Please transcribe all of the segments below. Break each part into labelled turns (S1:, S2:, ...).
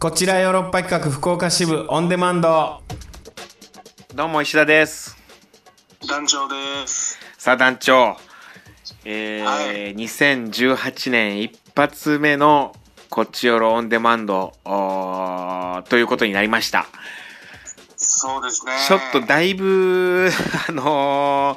S1: こちらヨーロッパ企画福岡支部オンデマンドどうも石田です
S2: 団長です。
S1: さあ団長えー
S2: は
S1: 2018年一発目のこっちよろオンデマンドおーということになりました
S2: そうですね。
S1: ちょっとだいぶ あの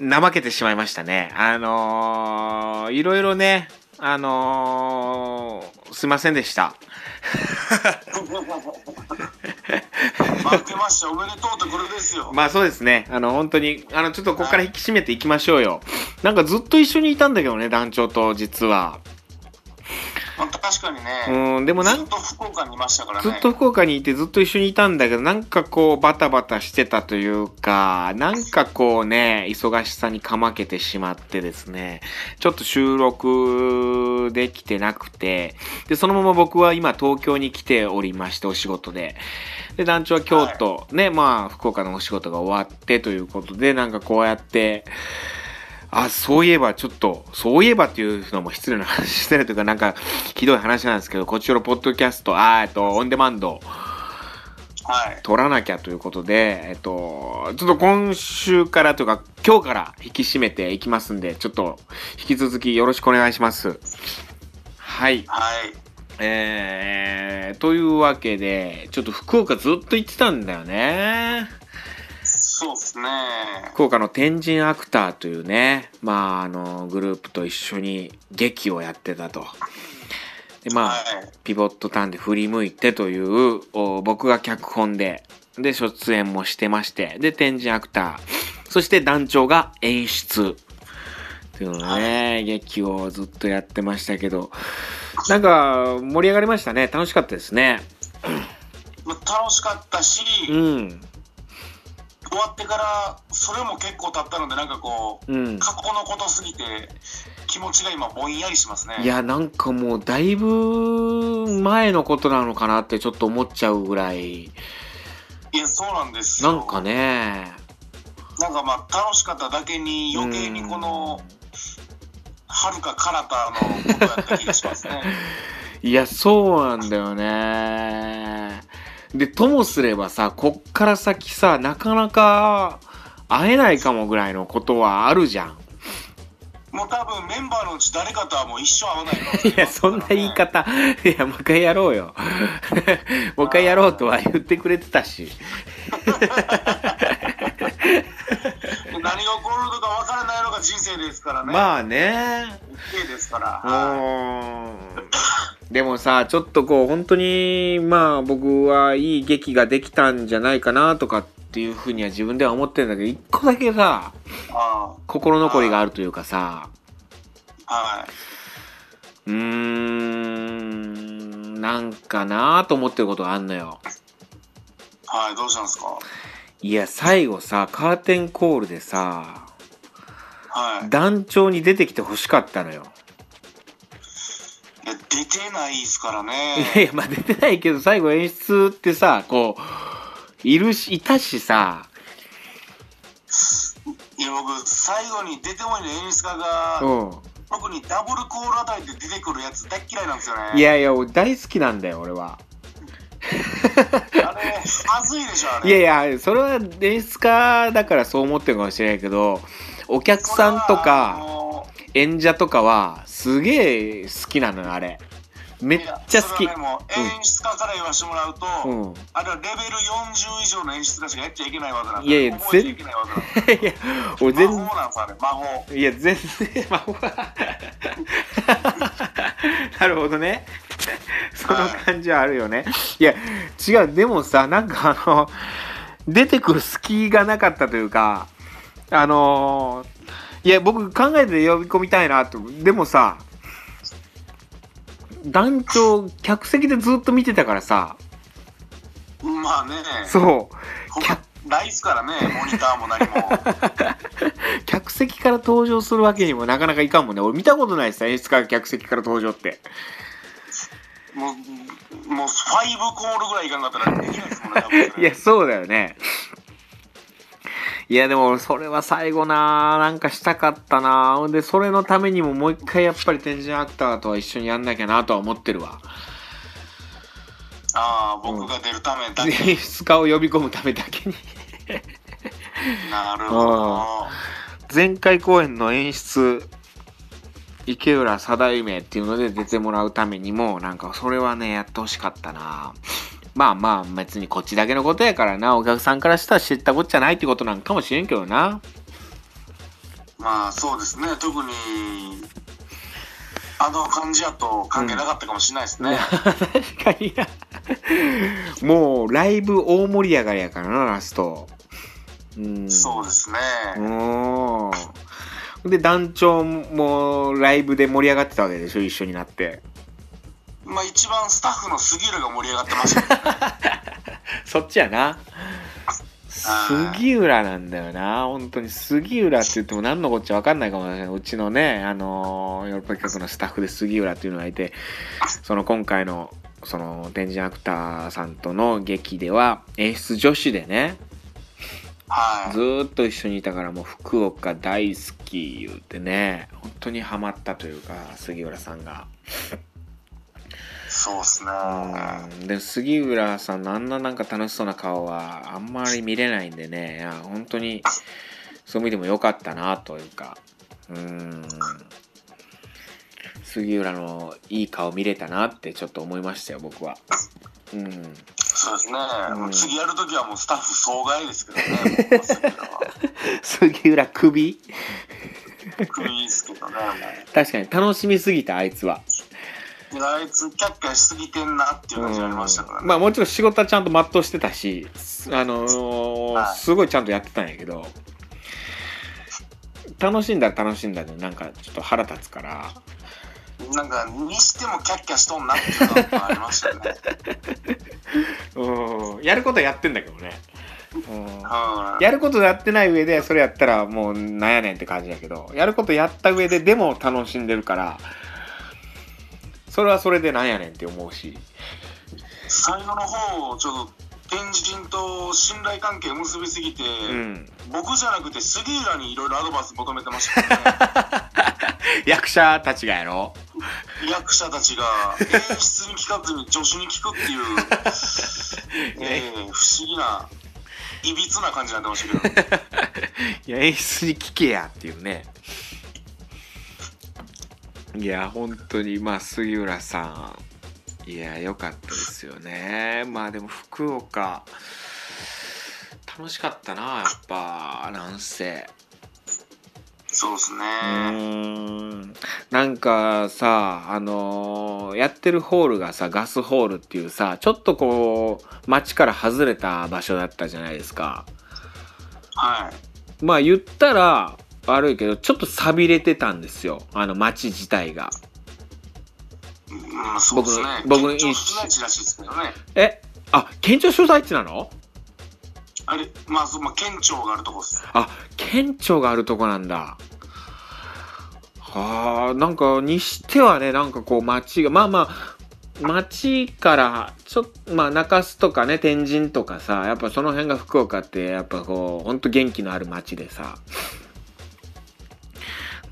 S1: ー、怠けてしまいましたねあのー、いろいろねあのー、すいませんでした
S2: 負けました。おめでとうってこれですよ。
S1: まあそうですね。あの、本当に、あの、ちょっとここから引き締めていきましょうよ。なんかずっと一緒にいたんだけどね、団長と、実は。
S2: まあ、確かにね。
S1: うん、でもな
S2: ずっ
S1: ん
S2: と福岡にいましたからね。
S1: ずっと福岡にいてずっと一緒にいたんだけど、なんかこう、バタバタしてたというか、なんかこうね、忙しさにかまけてしまってですね、ちょっと収録できてなくて、で、そのまま僕は今東京に来ておりまして、お仕事で。で、団長は京都、ね、まあ、福岡のお仕事が終わってということで、なんかこうやって、あ、そういえばちょっと、そういえばっていうのも失礼な話してるというか、なんか、ひどい話なんですけど、こっちのポッドキャスト、あーえっと、オンデマンド、
S2: はい。
S1: 撮らなきゃということで、えっと、ちょっと今週からというか、今日から引き締めていきますんで、ちょっと、引き続きよろしくお願いします。はい。
S2: はい。
S1: えー、というわけで、ちょっと福岡ずっと行ってたんだよね。
S2: そうですね。
S1: 福岡の天神アクターというね、まあ、あの、グループと一緒に劇をやってたと。で、まあ、
S2: はい。
S1: ピボットターンで振り向いてという、お僕が脚本で、で、出演もしてまして、で、天神アクター、そして団長が演出。っていうのね、劇をずっとやってましたけど、なんか、盛り上がりましたね。楽しかったですね。
S2: まあ、楽しかったし、
S1: う
S2: 終
S1: ん。
S2: わってから、それも結構経ったので、なんかこう、
S1: うん。
S2: 過去のことすぎて、気持ちが今ぼんやりしますね。
S1: いや、なんかもう、だいぶ前のことなのかなってちょっと思っちゃうぐらい、
S2: いやそうなんです
S1: な
S2: よ。
S1: んかね、
S2: なんかまあ、楽しかっただけに、余計にこの、
S1: うん
S2: はるか彼方のことやった気がし ますね。
S1: いや、そうなんだよね。で、ともすればさ、こっから先さ、なかなか会えないかもぐらいのことはあるじゃん。
S2: もう多分メンバーのうち誰かとはもう一生会わないかもし
S1: い
S2: れ
S1: や、
S2: ませ
S1: そんな言い方。 いや、もう一回やろう よ。もう一回やろうとは言ってくれてたし。
S2: 何が起こるのかわからないのが人生ですからね。あ、
S1: まあね。
S2: 生ですから。
S1: う
S2: はい
S1: ーんでもさちょっとこう本当にまあ僕はいい劇ができたんじゃないかなとかっていうふうには自分では思ってるんだけど一個だけさ
S2: あ
S1: 心残りがあるというかさ
S2: あは
S1: うーんなんかなと思ってることがあんのよ
S2: い。はい、どうしたんですか
S1: いや最後さカーテンコールでさ
S2: はい。
S1: 団長に出てきてほしかったのよ
S2: いや出てないですから
S1: いやい
S2: ね。
S1: やまあ出てないけど最後演出ってさこういるしいたしさ
S2: いや、僕、最後に出てもいない演出家が、
S1: うん
S2: 特にダブルコールあたりで出てくるやつ大っ嫌いなんですよね。
S1: いやいや、俺大好きなんだよ、俺は。
S2: あれ、はずいでしょ、あれ。
S1: いやいや、それは演出家だからそう思ってるかもしれないけど、お客さんと
S2: それ
S1: か
S2: はあの
S1: 演者とかはすげえ好きなのよ、あれ。めっちゃ好き
S2: いや。それはねもう演出家から言わせてもらうと、
S1: うん。
S2: あれはレベル40以上の演出家しかやっちゃいけない技なん
S1: い
S2: だ
S1: やいや
S2: 覚えちゃいけない技なんだ
S1: いや、俺
S2: 魔
S1: 全
S2: 法なんですあれ魔法
S1: いや、全然、 まあ、なるほどね。 その感じはあるよね。いや、違う、でもさ、なんかあの、出てくる隙がなかったというか、あのいや、僕考えて呼び込みたいなと、でもさ、団長、客席でずっと見てたからさ、
S2: まあね
S1: そう、
S2: 他ないっすからねモニターも何 も
S1: 客席から登場するわけにもなかなかいかんもんね。俺見たことないさ、演出家が客席から登場って。
S2: もうもう5コールぐらいいかなかったらできないですもんね多分ね
S1: いや、そうだよね。いや、でも、それは最後ななんかしたかったなほんで、それのためにももう一回やっぱり天神アクターとは一緒にやんなきゃなとは思ってるわ。
S2: ああ、僕が出るためだけ。
S1: 演出家を呼び込むためだけに
S2: なるほど。
S1: 前回公演の演出池浦貞夢っていうので出てもらうためにもなんかそれはねやってほしかったなまあまあ別にこっちだけのことやからなお客さんからしたら知ったこっちゃないってことなんかもしれんけどな
S2: まあそうですね、特に、あの感じやと関係なかったかもしれないですね。
S1: 確かになもうライブ大盛り上がりやからなラストうん
S2: そうですね。
S1: おーで団長もライブで盛り上がってたわけでしょ一緒になって
S2: まあ一番スタッフの杉浦が盛り上がってました ね。
S1: そっちやな杉浦なんだよな本当に杉浦って言っても何のこっちゃ分かんないかもしれないうちのねあのーヨーロッパ企画のスタッフで杉浦っていうのがいてその今回のその天神アクターさんとの劇では演出女子でね
S2: はい
S1: ず。ーっと一緒にいたからもう福岡大好き言うてね本当にハマったというか杉浦さんが
S2: そうですね。
S1: うんでも杉浦さんのあんななんか楽しそうな顔はあんまり見れないんでねいや本当にそう見てもよかったなというかうん杉浦のいい顔見れたなってちょっと思いましたよ僕はうん
S2: そうですね。
S1: うん
S2: 次やるときはもうスタッフ総外ですけどね。僕は杉浦は
S1: 杉浦首
S2: 首ですけどね。も
S1: 確かに楽しみすぎたあいつは
S2: うであいつキャッキャしすぎてんなっていう感じがありましたから
S1: う
S2: ね。
S1: んまあもちろん仕事はちゃんと全うしてたし、すあのー
S2: はい
S1: すごいちゃんとやってたんやけど、楽しんだら楽しんだで、なんかちょっと腹立つから、
S2: なんか、にしてもキャッキャしとんなっていうのがありましたね。
S1: うん、やることはやってんだけどね。うん
S2: うん。
S1: やることやって ない上で、それやったらもうなんやねんって感じやけど、やることやった上で、でも楽しんでるから、それはそれでなんやねんって思うし。
S2: 最後の方、ちょっと、天神と信頼関係結びすぎて、
S1: うん。
S2: 僕じゃなくて杉浦にいろいろアドバイス求めてましたからね。
S1: 役者たちがやろ
S2: 役者たちが演出に聞かずに助手に聞くっ ていう、ええ不思議な、いびつな感じになってましたけど。
S1: いや演出に聞けやっていうねいや本当にまあ杉浦さんいや良かったですよねまあでも福岡楽しかったなやっぱなんせ
S2: そうですね。
S1: うーんなんかさあのーやってるホールがさガスホールっていうさちょっとこう街から外れた場所だったじゃないですか
S2: はい。
S1: まあ言ったら悪いけどちょっと寂れてたんですよあの街自体が
S2: うん、そうですね。
S1: 僕の僕の
S2: 緊張しないらしいですけどね。
S1: えあ県庁所在地なの
S2: あれ、まあ、そうまあ、県庁があるとこです。
S1: あ県庁があるとこなんだはあなんかにしてはねなんかこう街がまあまあ街からちょっとまあ中洲とかね天神とかさやっぱその辺が福岡ってやっぱこうほんと元気のある街でさ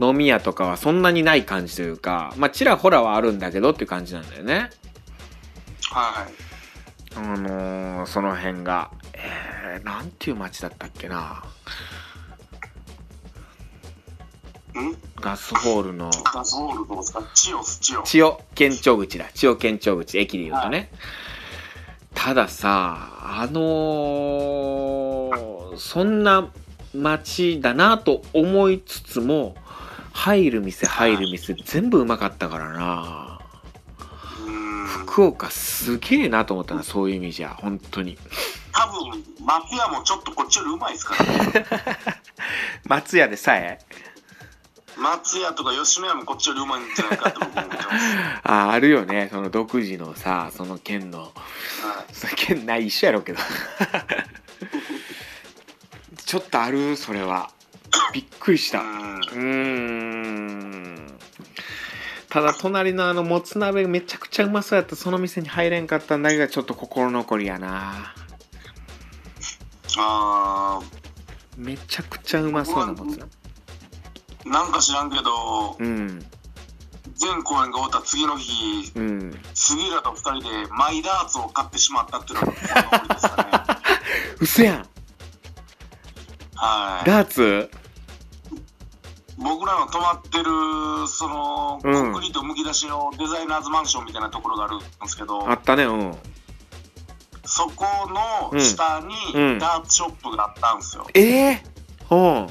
S1: 飲み屋とかはそんなにない感じというかまあちらほらはあるんだけどっていう感じなんだよね。
S2: はい。
S1: あのーその辺が、えー、なんていう町だったっけな
S2: うん
S1: ガスホールの
S2: ガスホールどうですかチオス、チオ。
S1: 千代県庁口だ千代県庁口駅で言うとね、たださあのーそんな町だなと思いつつも入る店入る店全部うまかったからな
S2: うん。
S1: 福岡すげえなと思ったなそういう意味じゃ本当に
S2: 多分、マフィアもちょっとこっちよりうまいですからね。
S1: 松屋でさえ
S2: 松屋とか吉野家もこっちよりうまいんじゃないかって僕も思ってます。
S1: ああるよねその独自のさその県の
S2: は
S1: それ県内一緒やろうけどちょっとあるそれはびっくりしたう
S2: い。うん。
S1: ーんただ隣のあのもつ鍋めちゃくちゃうまそうやったその店に入れんかったんだけどちょっと心残りやな
S2: あ
S1: めちゃくちゃうまそうなもつ鍋
S2: ーなんか知らんけど
S1: う、ん
S2: 全公演が終わった次の日、
S1: うん。
S2: 杉浦と二人でマイダーツを買ってしまったっていうのが、このですかね。
S1: 嘘やん
S2: はい。
S1: ダーツ
S2: 僕らの泊まってる、その、コ
S1: うん
S2: ンクリートむき出しのデザイナーズマンションみたいなところがあるんですけど
S1: あ、ったね、うん。
S2: そこの
S1: う
S2: 下
S1: んう
S2: に
S1: ん
S2: ダーツショップがあったんですよ。
S1: ええうん。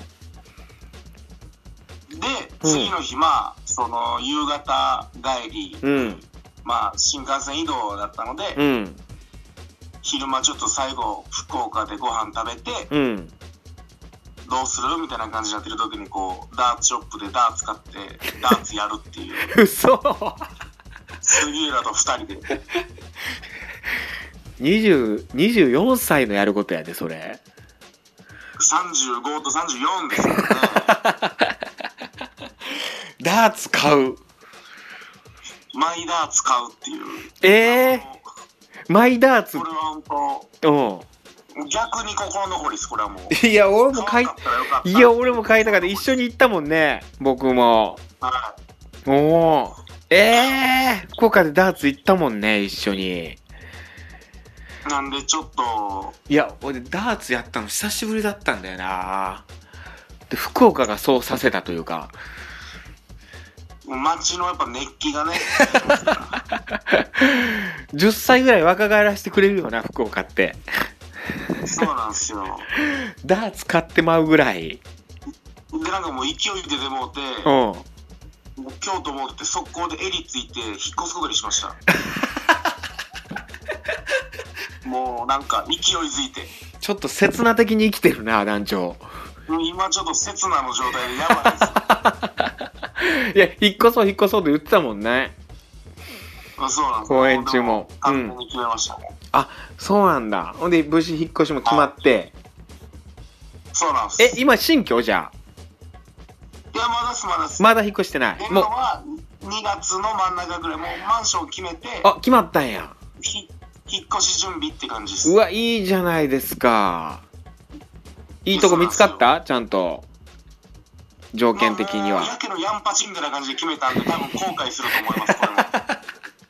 S2: で、次の日、まあ、その、夕方帰り、
S1: うん。
S2: まあ、新幹線移動だったので、
S1: うん。
S2: 昼間ちょっと最後、福岡でご飯食べて、
S1: うん。
S2: どうするみたいな感じになってる時に、こう、ダーツショップでダーツ買って、ダーツやるって いう、
S1: 嘘
S2: 杉浦と二人で。
S1: 20 24歳のやることやで、それ。
S2: 35と34ですよね。
S1: ダーツ買う。
S2: マイダーツ買うっていう。
S1: ええマイダーツ
S2: こ。れは本
S1: う
S2: 当、逆に心残りです、これはもう。
S1: ん。いや、俺も買い
S2: 買、ったらよかった
S1: いや、俺も買いたかった。一緒に行ったもんね。僕も。
S2: は
S1: おお。ええ福岡でダーツ行ったもんね、一緒に。
S2: い。なんで、ちょっと、
S1: いや、俺、ダーツやったの久しぶりだったんだよな。で、福岡がそうさせたというか。
S2: 街のやっぱ熱気 がね、
S1: 10歳ぐらい若返らせてくれるよな、福岡って。
S2: そうなんですよ。
S1: ダーツ買ってまうぐらい。
S2: で、なんかもう勢いで出もうて、
S1: うん。
S2: もう京都戻って速攻で襟ついて引っ越すことにしました もうなんか勢いづいて
S1: ちょっと刹那的に生きてるな、団長。
S2: もう今ちょっと刹那の状態でやばい
S1: い
S2: です
S1: や、引っ越そう、引っ越そうって言ってたもんね。
S2: あそうなんです
S1: 公演中も
S2: で完全に決めましたね、
S1: そうなんだ。ほんで、無事引っ越しも決まって。
S2: そうなんです
S1: え、今、新居じゃあ。
S2: いやまだすまだす
S1: まだ引っ越してな
S2: 出
S1: い。
S2: るの
S1: もう、
S2: は2月の真ん中ぐらいもうマンション決めて
S1: あ、決まったんや。
S2: ひ引っ越し準備って感じです
S1: うわ、いいじゃないですか。いいとこ見つかったちゃんと。条件的に
S2: もうや
S1: は。
S2: けどヤンパチみたいな感じで決めたんで多分後悔すると思いますこれ も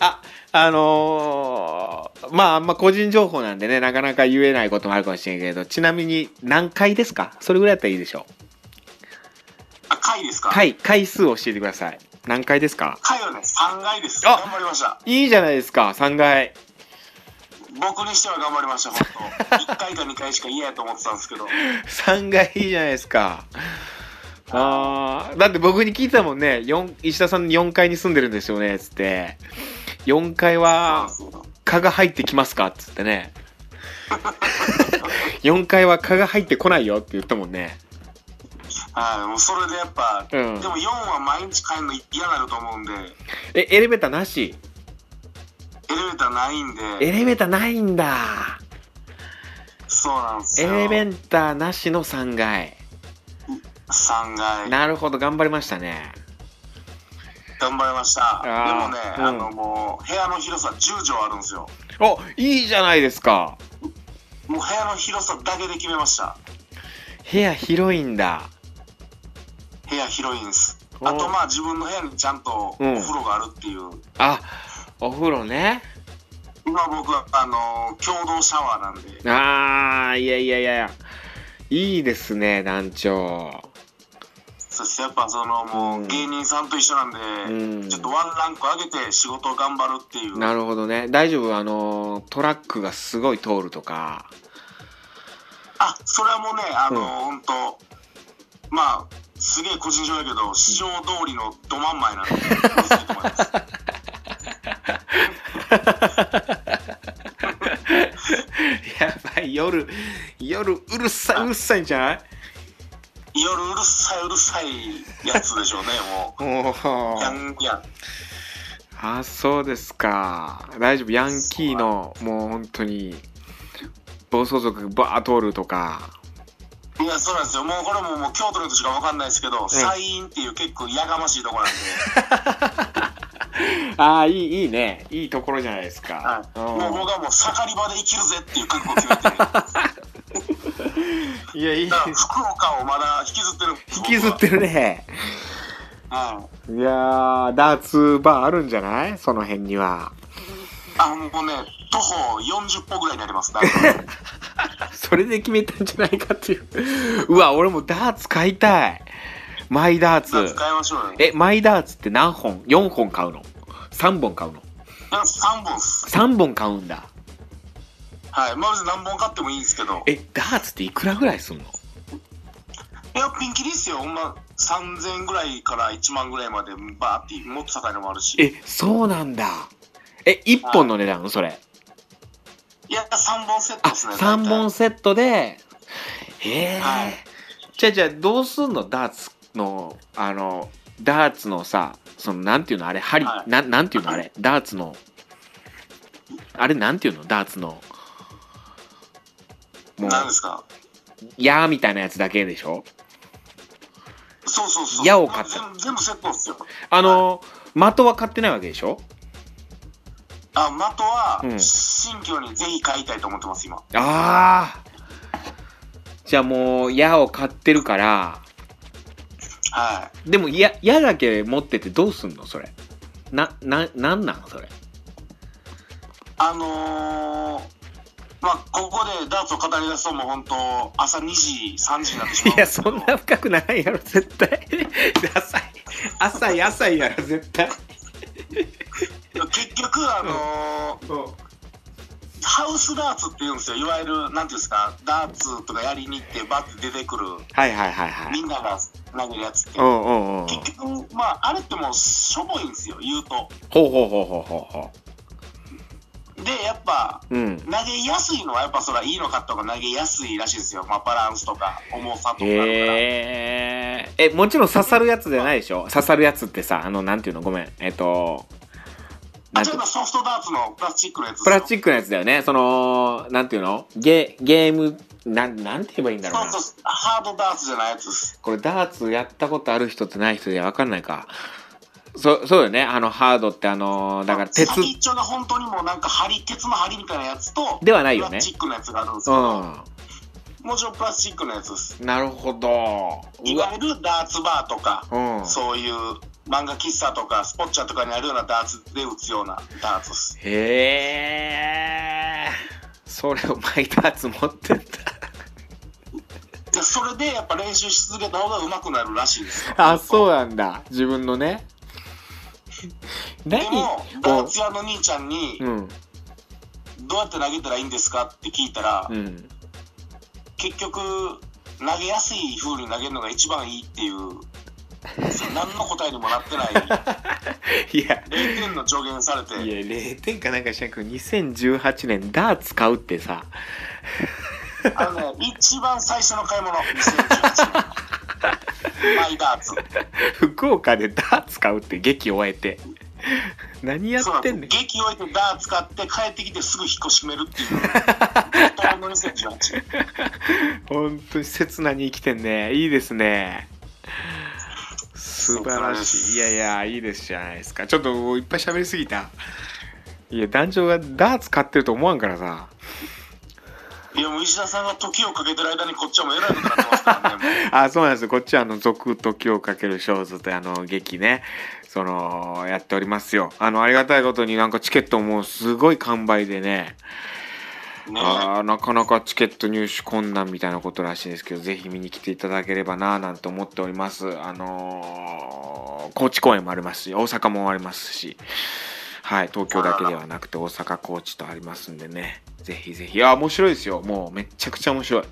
S1: あ、あのー、まあ、あんま個人情報なんでね、なかなか言えないこともあるかもしれんけど、ちなみに何回ですかそれぐらいだったらいいでしょう。
S2: あ回ですか
S1: 回、回数を教えてください。何回ですか
S2: 回はね3回です
S1: あ
S2: 頑張りました
S1: いいじゃないですか、3階。
S2: 僕にしては頑張りました、本当。1回か2回しか嫌やと思ってたんですけど、
S1: 3階いいじゃないですか。あーだって僕に聞いてたもんね、四石田さん4階に住んでるんですよね、つって。4階は
S2: そうなんですよ
S1: 蚊が入ってきますかっつって ね。4階は蚊が入ってこないよって言ったもんね。
S2: はい、もうそれでやっぱ、
S1: うん
S2: でも4は毎日帰るの嫌になると思うんで、エ
S1: え、エレベーターなし
S2: レベーターないん
S1: エ
S2: で、
S1: レベーターないんだ。
S2: そうなんです
S1: エ
S2: よ。
S1: レベーターなしの3階。
S2: 3回、
S1: なるほど、頑張りましたね。
S2: 頑張りました。で
S1: ー
S2: もね、
S1: うん
S2: あのもう、部屋の広さ10畳あるんですよ。
S1: お、いいじゃないですか。
S2: もう部屋の広さだけで決めました。
S1: 部屋広いんだ。
S2: 部屋広いんです。
S1: お
S2: あとまあ自分の部屋にちゃんとお
S1: うん
S2: 風呂があるっていう。
S1: あ、お風呂ね。
S2: 今僕は、あの共同シャワーなんで、
S1: あー、いやいやいやいや。いいですね、団長。
S2: そしてやっぱそのも
S1: う
S2: うん芸人さんと一緒なんで、
S1: うん
S2: ちょっとワンランク上げて仕事を頑張るっていう
S1: なるほどね。大丈夫あの、トラックがすごい通るとか。
S2: あそれはもうねあの、本当まあすげえ個人情報やけど市場通りのど真ん前なん で薄いと思います
S1: やばい、夜、夜、うるさい、うるさいんじゃない
S2: 夜うるさいうるさいやつでしょうねも
S1: お
S2: うや
S1: ー
S2: んやん
S1: あ、そうですか。大丈夫。ヤンキーの、もう本当に、暴走族がバー通るとか。
S2: いやそうなんですよもうこれももう京都の人しかわかんないですけど、山陰っていう結構やがましいとこなんで、
S1: あー、いい、いいね。いいところじゃないですか
S2: は。い、
S1: うん
S2: もう僕はもう盛り場で生きるぜっていう覚悟を 決めてだか
S1: いや、いい。
S2: ら福岡をまだ引きずってる
S1: 引きずってるね。
S2: はい
S1: やー、ダーツバーあるんじゃないその辺には。
S2: い。あ、もうね、徒歩40歩ぐらいにな ります。だいぶ
S1: それで決めたんじゃないかっていう。うわ、俺もダーツ買いたい。マイダーツ。
S2: 使いましょうよ。
S1: え、マイダーツって何本 ?4 本買うの ?3 本買うの
S2: 3本っす。
S1: ?3 本買うんだ。
S2: はい。まあ別に何本買ってもいいんですけど。
S1: え、ダーツっていくらぐらいすんの
S2: いや、ピンキリっすよ。ほんま、3000円ぐらいから1万ぐらいまで、バーって、もっと高いのもあるし。
S1: え、そうなんだ。え、1本の値段それ。
S2: いや、3本セット
S1: あ、
S2: ですね。
S1: 3本
S2: セ
S1: セットで。へえ
S2: はい。
S1: じゃあじゃあどうすんのダーツの、あの、ダーツのさ、その、なんていうのあれ、針、
S2: はい
S1: なん、なんていうのあれ、ダーツの、あれ、なんていうのダーツの、もう、
S2: 何ですか
S1: 矢みたいなやつだけでしょ
S2: そうそうそう。
S1: 矢を買った
S2: まあ全部全部セットっすよ。
S1: あの、的は買ってないわけでしょ
S2: あ、的は
S1: う、ん
S2: 新居にぜひ買いたいと思ってます、今。
S1: ああじゃあもう矢を買ってるから
S2: はい。
S1: でも矢矢だけ持っててどうすんのそれなななんなんそれ
S2: あのー、まあ、ここでダーツを語り出すともう本当、朝2時、3時になってしまうん
S1: いや
S2: で
S1: そ
S2: すけど。
S1: んな深くないやろ絶対 ダサい朝野菜やろ絶対
S2: 結局、あのーハウスダーツって言うんですよ。いわゆる、なんていうんですか、ダーツとかやりに行ってバッて出てくる、
S1: はいはいはいはい
S2: みんなが投げるやつって
S1: う。んうんうん
S2: 結局、まあ、あれってもう、しょぼいんですよ、言うと。
S1: ほうほうほうほうほうほ
S2: で、やっぱ、
S1: ううん
S2: 投げやすいのは、やっぱそれはいいのかとか投げやすいらしいですよ。まあ、バランスとか、重さとかあるから。
S1: へええもちろん刺さるやつじゃないでしょ刺さるやつってさあのなんていうのごめんえっと
S2: あ、
S1: んて
S2: ちょっとソフトダーツのプラスチックのやつですよ。
S1: プラスチックのやつだよね。その、なんていうのゲゲーム、なん、なんて言えばいいんだろうな
S2: そう。そう、ハードダーツじゃないやつです。
S1: これダーツやったことある人とない人でわかんないか。そ、そうよね。あの、ハードってあの、だから鉄
S2: 先っちょが本当にもうなんか針、鉄の針みたいなやつと、
S1: ではないよ
S2: プ
S1: ね
S2: ラス。チックのやつがあるんです
S1: う
S2: よ。もちろんプラスチックのやつです。
S1: ん。なるほど。
S2: いうわ
S1: わ。
S2: ゆるダーツバーとか、
S1: うん。
S2: そういう漫画喫茶とか、スポッチャとかにあるようなダーツで打つようなダーツです。
S1: へえ。それをマイダーツ持ってんだ。
S2: で、それでやっぱ練習し続けた方が上手くなるらしいんですよ。
S1: あ、そう
S2: う
S1: なんだ。自分のね。
S2: で
S1: 何
S2: も、ダーツ屋の兄ちゃんに
S1: う、ん。
S2: どうやって投げたらいいんですかって聞いたら、
S1: うん。
S2: 結局投げやすい風に投げるのが一番いいっていうそう何の答えにもなって な
S1: い
S2: い
S1: や。
S2: 0点の助言されて
S1: いや0点かなんかしなくて2018年ダーツ買うってさ
S2: あのね一番最初の買い物2018 年マイダーツ
S1: 福岡でダーツ買うって劇終えて 何やってんねん
S2: そう劇を終えてダーツ買って帰ってきてすぐ引っ越し決めるっていう 本当の2018
S1: 本当に切なに生きてんねいいですね素晴らしいいやいやいいですじゃないですかちょっともういっぱい喋りすぎたいや団長がダーツ買ってると思わんからさ
S2: いやもう石田さんが時をかけてる間にこっちはもうえらいことになってますからねもう
S1: あそうなんですこっちはあの「続時をかける少女」というあの劇ねそのやっておりますよあのありがたいことになんかチケットもすごい完売でね
S2: ね
S1: あーなかなかチケット入手困難みたいなことらしいんですけどぜひ見に来ていただければなぁなんて思っておりますあのー高知公演もありますし大阪もありますしはい東京だけではなくて大阪高知とありますんでねぜひぜひいや面白いですよもうめっちゃくちゃ面白い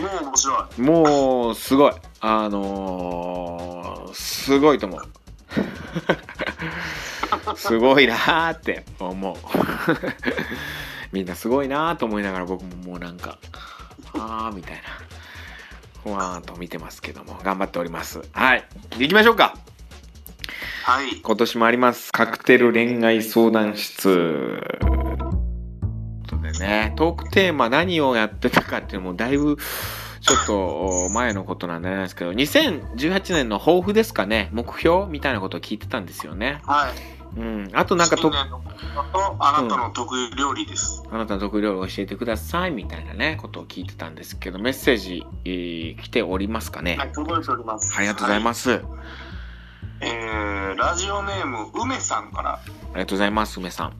S2: もう面白
S1: もうすごいあのーすごいと思うすごいなーって思うみんなすごいなーと思いながら僕ももうなんかあーみたいなふわーんと見てますけども頑張っておりますはい行きましょうか
S2: いはい
S1: 今年もありますカクテル恋愛相談室ということでねトークテーマ何をやってたかっていうのもだいぶちょっと前のことなんであれなんですけど2018年の抱負ですかね目標みたいなことを聞いてたんですよね
S2: はい
S1: うん。あとなんかと
S2: 新、年のことあなたの得意料理です。
S1: あなたの得意料理教えてくださいみたいなね、ことを聞いてたんですけど、メッセージ、えー来ておりますかね。
S2: はい、届いております。。
S1: ありがとうございますす。
S2: えー、ラジオネーム、梅さんから、
S1: ありがとうございます、梅さん。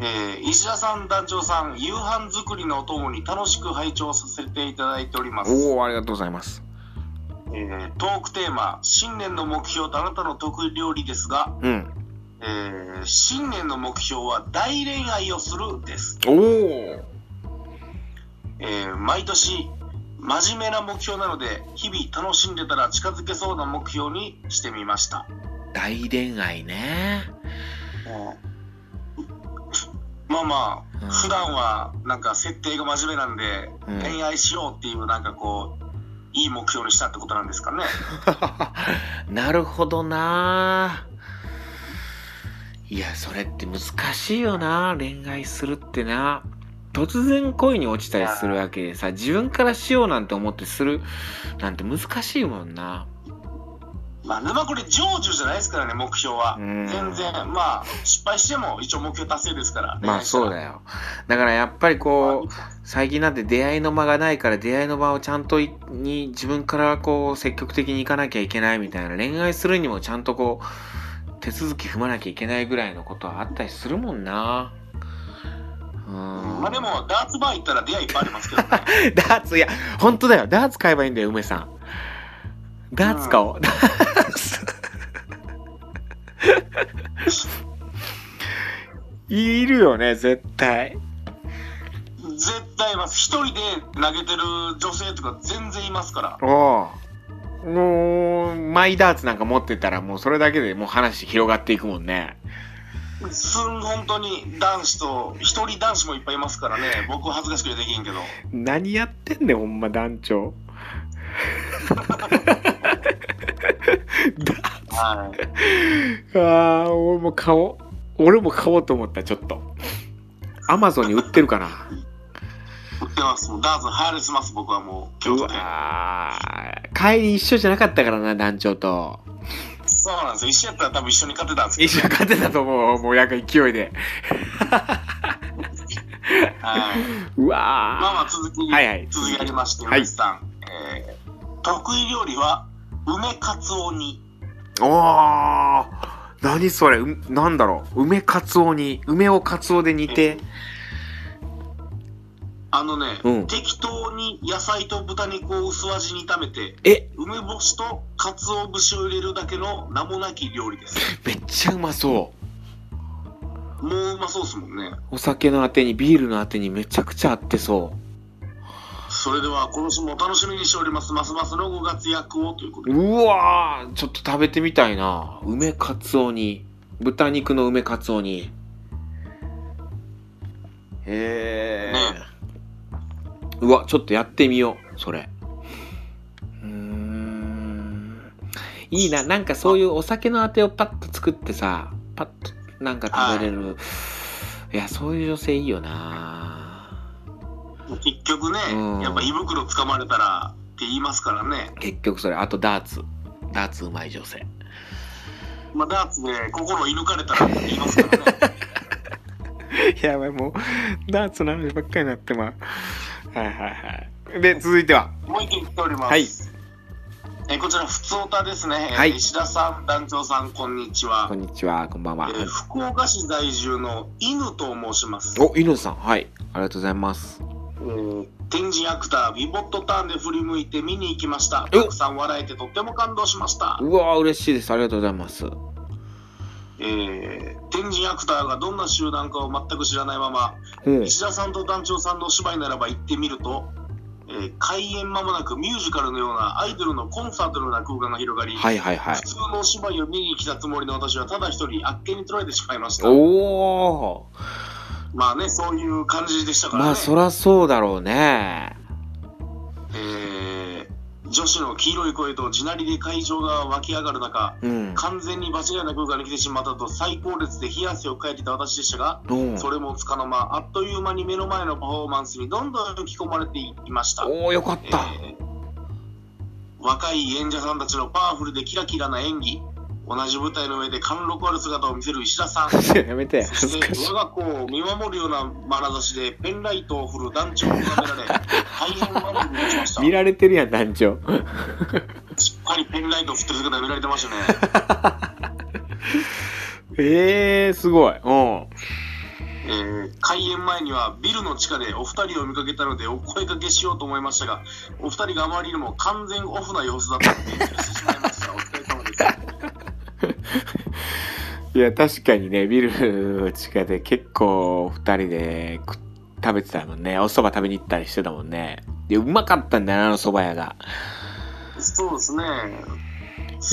S2: えー、石田さん、団長さん、夕飯作りのお供に楽しく拝聴させていただいております。
S1: おお、ありがとうございます。
S2: えートークテーマ、新年の目標とあなたの得意料理ですが、
S1: うん。
S2: えー、新年の目標は大恋愛をするです。
S1: おお。
S2: えー毎年真面目な目標なので日々楽しんでたら近づけそうな目標にしてみました、
S1: 大恋愛ね。
S2: まあまあ、
S1: うん
S2: 普段はなんか設定が真面目なんで、
S1: うん
S2: 恋愛しようっていうなんかこういい目標にしたってことなんですかね
S1: なるほどな。いや、それって難しいよな。恋愛するってな。突然恋に落ちたりするわけでさ、自分からしようなんて思ってするなんて難しいもんな。
S2: まあ沼これ成就じゃないですからね目標は、
S1: うん
S2: 全然まあ失敗しても一応目標達成ですから
S1: まあそう
S2: よ
S1: だよ。だからやっぱりこう、最近なんて出会いの間がないから出会いの場をちゃんといに自分からこう積極的に行かなきゃいけないみたいな恋愛するにもちゃんとこう手続き踏まなきゃいけないぐらいのことはあったりするもんな。うん。
S2: まあでもダーツバー行ったら出会いいっぱいありますけどね
S1: ダーツいや本当だよダーツ買えばいいんだよ梅さん。ダーツ買おう。ダーツ。いるよね絶対。
S2: 絶対います一人で投げてる女性とか全然いますから
S1: おおもうマイダーツなんか持ってたらもうそれだけでもう話広がっていくもんね
S2: すん本当に男子と一人男子もいっぱいいますからね僕は恥ずかしくてできんけど
S1: 何やってんねんほんま団長
S2: はい
S1: ああ俺も買おう俺も買おうと思ったちょっとアマゾンに売ってるかな
S2: 売ってますもうダーツ流行りすます僕はもう京
S1: う
S2: 都で
S1: わー帰り一緒じゃなかったからな団長と
S2: そうなんですよ一緒やったら多分一緒に勝てたんですけ
S1: 一緒に勝てたと思うもうなんか勢いで
S2: ど、はい、
S1: う
S2: まあま
S1: わ
S2: あ続き、
S1: はいはい
S2: 続きありまして
S1: はい
S2: 梅津さん、えー得意料理は梅かつお煮
S1: ーおー何それうなんだろう梅かつおに梅をかつおで煮て
S2: あのね、
S1: うん
S2: 適当に野菜と豚肉を薄味に炒めて
S1: え
S2: 梅干しと鰹節を入れるだけの名もなき料理です
S1: めっちゃうまそう
S2: もううまそうですもんね
S1: お酒のあてにビールのあてにめちゃくちゃ合ってそ
S2: それでは今年もお楽しみにしておりますますますのご活躍をということ
S1: う
S2: で
S1: うわーちょっと食べてみたいな梅かつおに豚肉の梅かつおにへえ、うわちょっとやってみようそれうーんいいななんかそういうお酒のあてをパッと作ってさパッとなんか食べれるいやそういう女性いいよな
S2: 結局ね
S1: うん
S2: やっぱ胃袋つかまれたらって言いますからね、
S1: 結局それあとダーツダーツうまい女性
S2: まあ、ダーツで心射抜かれたらって言いますからね
S1: やばいもうダーツの話ばっかりになってまうはいはいはいで続いては
S2: もう一件来ております、
S1: はい
S2: えーこちら、ふつおたですね、えー
S1: はい
S2: 石田さん、団長さん、こんにちは
S1: こ。んにちはこんばんは
S2: えー福岡市在住の犬と申します。
S1: お犬さんはいありがとうございます
S2: えー天神アクタービボットターンで振り向いて見に行きました
S1: お
S2: たくさん笑えてとっても感動しました、
S1: うわー嬉しいですありがとうございます
S2: えー天神アクターがどんな集団かを全く知らないまま
S1: うん
S2: 石田さんと団長さんのお芝居ならば行ってみると、えー開演間もなくミュージカルのようなアイドルのコンサートのような空間が広がり、
S1: はいはいはい
S2: 普通のお芝居を見に来たつもりの私はただ一人あっけに取られてしまいました
S1: おお
S2: まあねそういう感じでしたからね、
S1: まあそらそうだろうね
S2: えー女子の黄色い声と地鳴りで会場が湧き上がる中
S1: うん
S2: 完全に間違いなく空間に来てしまったと最高列で冷や汗をかいてた私でしたが
S1: うん
S2: それもつかの間あっという間に目の前のパフォーマンスにどんどん引き込まれていました、
S1: おおよかっ
S2: え
S1: た
S2: ー若い演者さんたちのパワフルでキラキラな演技同じ舞台の上で貫禄ある姿を見せる石田さん。
S1: やめてよ
S2: そ
S1: 恥ずかし
S2: して
S1: い
S2: 我が子を見守るような眼差しでペンライトを振る団長を眺められ、大変悪くなりました。
S1: 見られてるやん団長
S2: しっかりペンライト振ってる姿見られてましたね。
S1: えー、すごいうん
S2: えー開演前にはビルの地下でお二人を見かけたのでお声掛けしようと思いましたがお二人があまりにも完全オフな様子だったので遠慮してしまいましたお疲れ様です
S1: いや確かにねビル地下で結構2人で食食べてたもんねお蕎麦食べに行ったりしてたもんねでうまかったんだよなあの蕎麦屋が
S2: そうですね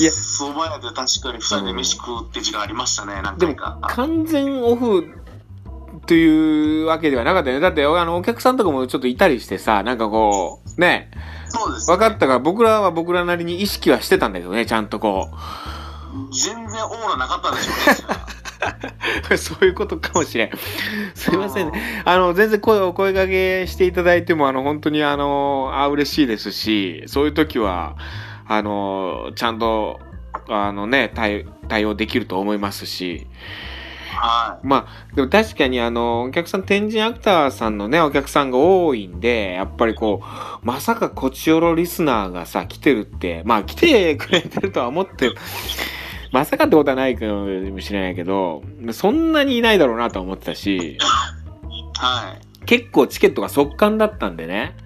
S1: いや
S2: そば屋で確かに二人で飯食うって時間ありましたね何
S1: でも
S2: 回か
S1: 完全オフというわけではなかったよねだってあのお客さんとかもちょっといたりしてさなんかこうね
S2: そうです、ね、
S1: 分かったから僕らは僕らなりに意識はしてたんだけどねちゃんとこ
S2: 全然オーラなかったでしょうね
S1: うそういうことかもしれんすいませんねあの、全然声をお声掛けしていただいても、あの、本当にあの、あ、嬉しいですし、そういう時は、あの、ちゃんと、あのね、対対応できると思いますし、
S2: は
S1: まあ、でも確かにあの、お客さん、天神アクターさんのね、お客さんが多いんで、やっぱりこう、まさかこちおろリスナーがさ、来てるって、まあ、来てくれてるとは思って、まさかってことはないかもしれないけど、そんなにいないだろうなとは思ってたし、
S2: いはい
S1: 結構チケットが速乾だったんでね。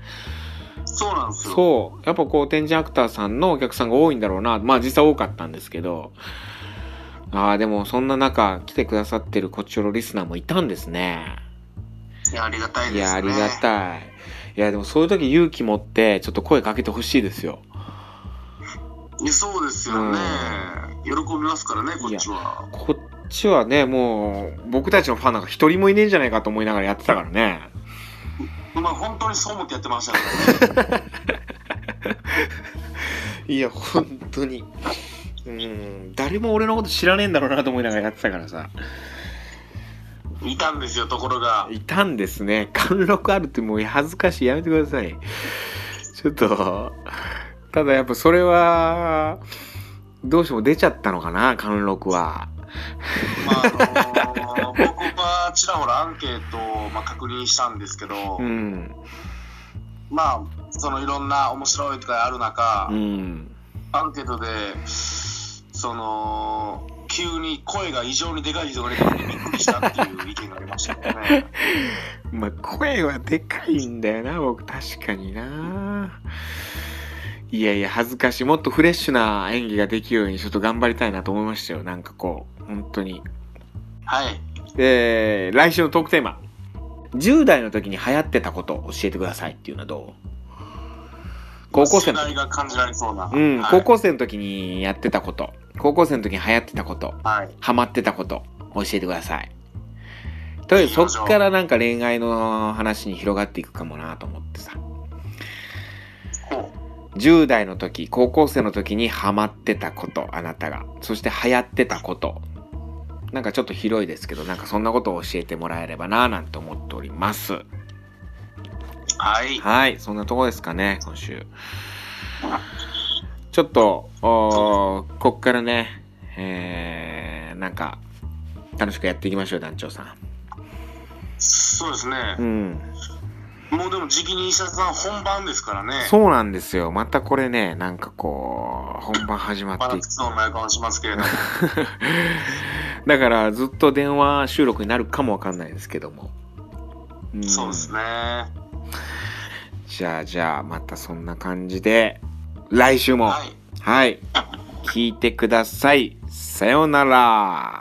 S2: そうなんですよ
S1: そう。やっぱこう、天神アクターさんのお客さんが多いんだろうな。まあ実際多かったんですけど。ああ、でもそんな中、来てくださってるこっちのリスナーもいたんですね。
S2: いやありがたい
S1: い
S2: です
S1: や、
S2: ね
S1: ありがたい。いや、でもそういう時勇気持って、ちょっと声かけてほしいですよ。
S2: いやそうですよね喜びますからねこっちは
S1: こっちはね、もう、僕たちのファンなんか一人もいねえんじゃないかと思いながらやってたからね。
S2: まあ本当にそう思ってやってましたからね
S1: いや、本当に。うん、誰も俺のこと知らねえんだろうなと思いながらやってたからさ。
S2: いたんですよ、ところが。
S1: いたんですね。貫禄あるってもう恥ずかしい。やめてください。ちょっと、ただやっぱそれは、どうしても出ちゃったのかな、貫禄は。
S2: まあ、あのー僕はちらほらアンケートを、まあ、確認したんですけど、
S1: うん。
S2: まあ、そのいろんな面白いとかある中、
S1: うん。
S2: アンケートで、その、急に声が異常にでかい人が出てきてびっくりしたっていう意見がありましたけ どね。
S1: まあ、声はでかいんだよな、僕。確かにな。いやいや、恥ずかしい。もっとフレッシュな演技ができるように、ちょっと頑張りたいなと思いましたよ。なんかこう、本当に。
S2: はい。
S1: えー、来週のトークテーマ。10代の時に流行ってたこと教えてくださいっていうのはどう高校生の
S2: 世
S1: 時。
S2: 代が感じられそうな。
S1: うん、
S2: はい、
S1: 高校生の時にやってたこと。高校生の時に流行ってたこと。
S2: はい。
S1: ハマってたこと。教えてください。とりあえずそっからなんか恋愛の話に広がっていくかもなと思ってさ。
S2: こ
S1: 10代の時、高校生の時にハマってたこと、あなたが。そして流行ってたこと。なんかちょっと広いですけど、なんかそんなことを教えてもらえればなぁなんて思っております。
S2: うはい。
S1: はい、そんなとこですかね、今週。ちょっと、おーこっからね、えー、なんか、楽しくやっていきましょう、団長さ
S2: そうですね
S1: ん。う。ん。
S2: もうでも、時期に石田さん本番ですからね。
S1: そうなんですよ。またこれね、なんかこう、本番始ま
S2: ま
S1: って
S2: だ
S1: いく。
S2: 靴のない顔しますけれども。
S1: だから、ずっと電話収録になるかもわかんないですけども。ん
S2: そうですね。
S1: じゃあ、じゃあ、またそんな感じで、来週も、
S2: はい。
S1: はい、聞いてください。さようなら。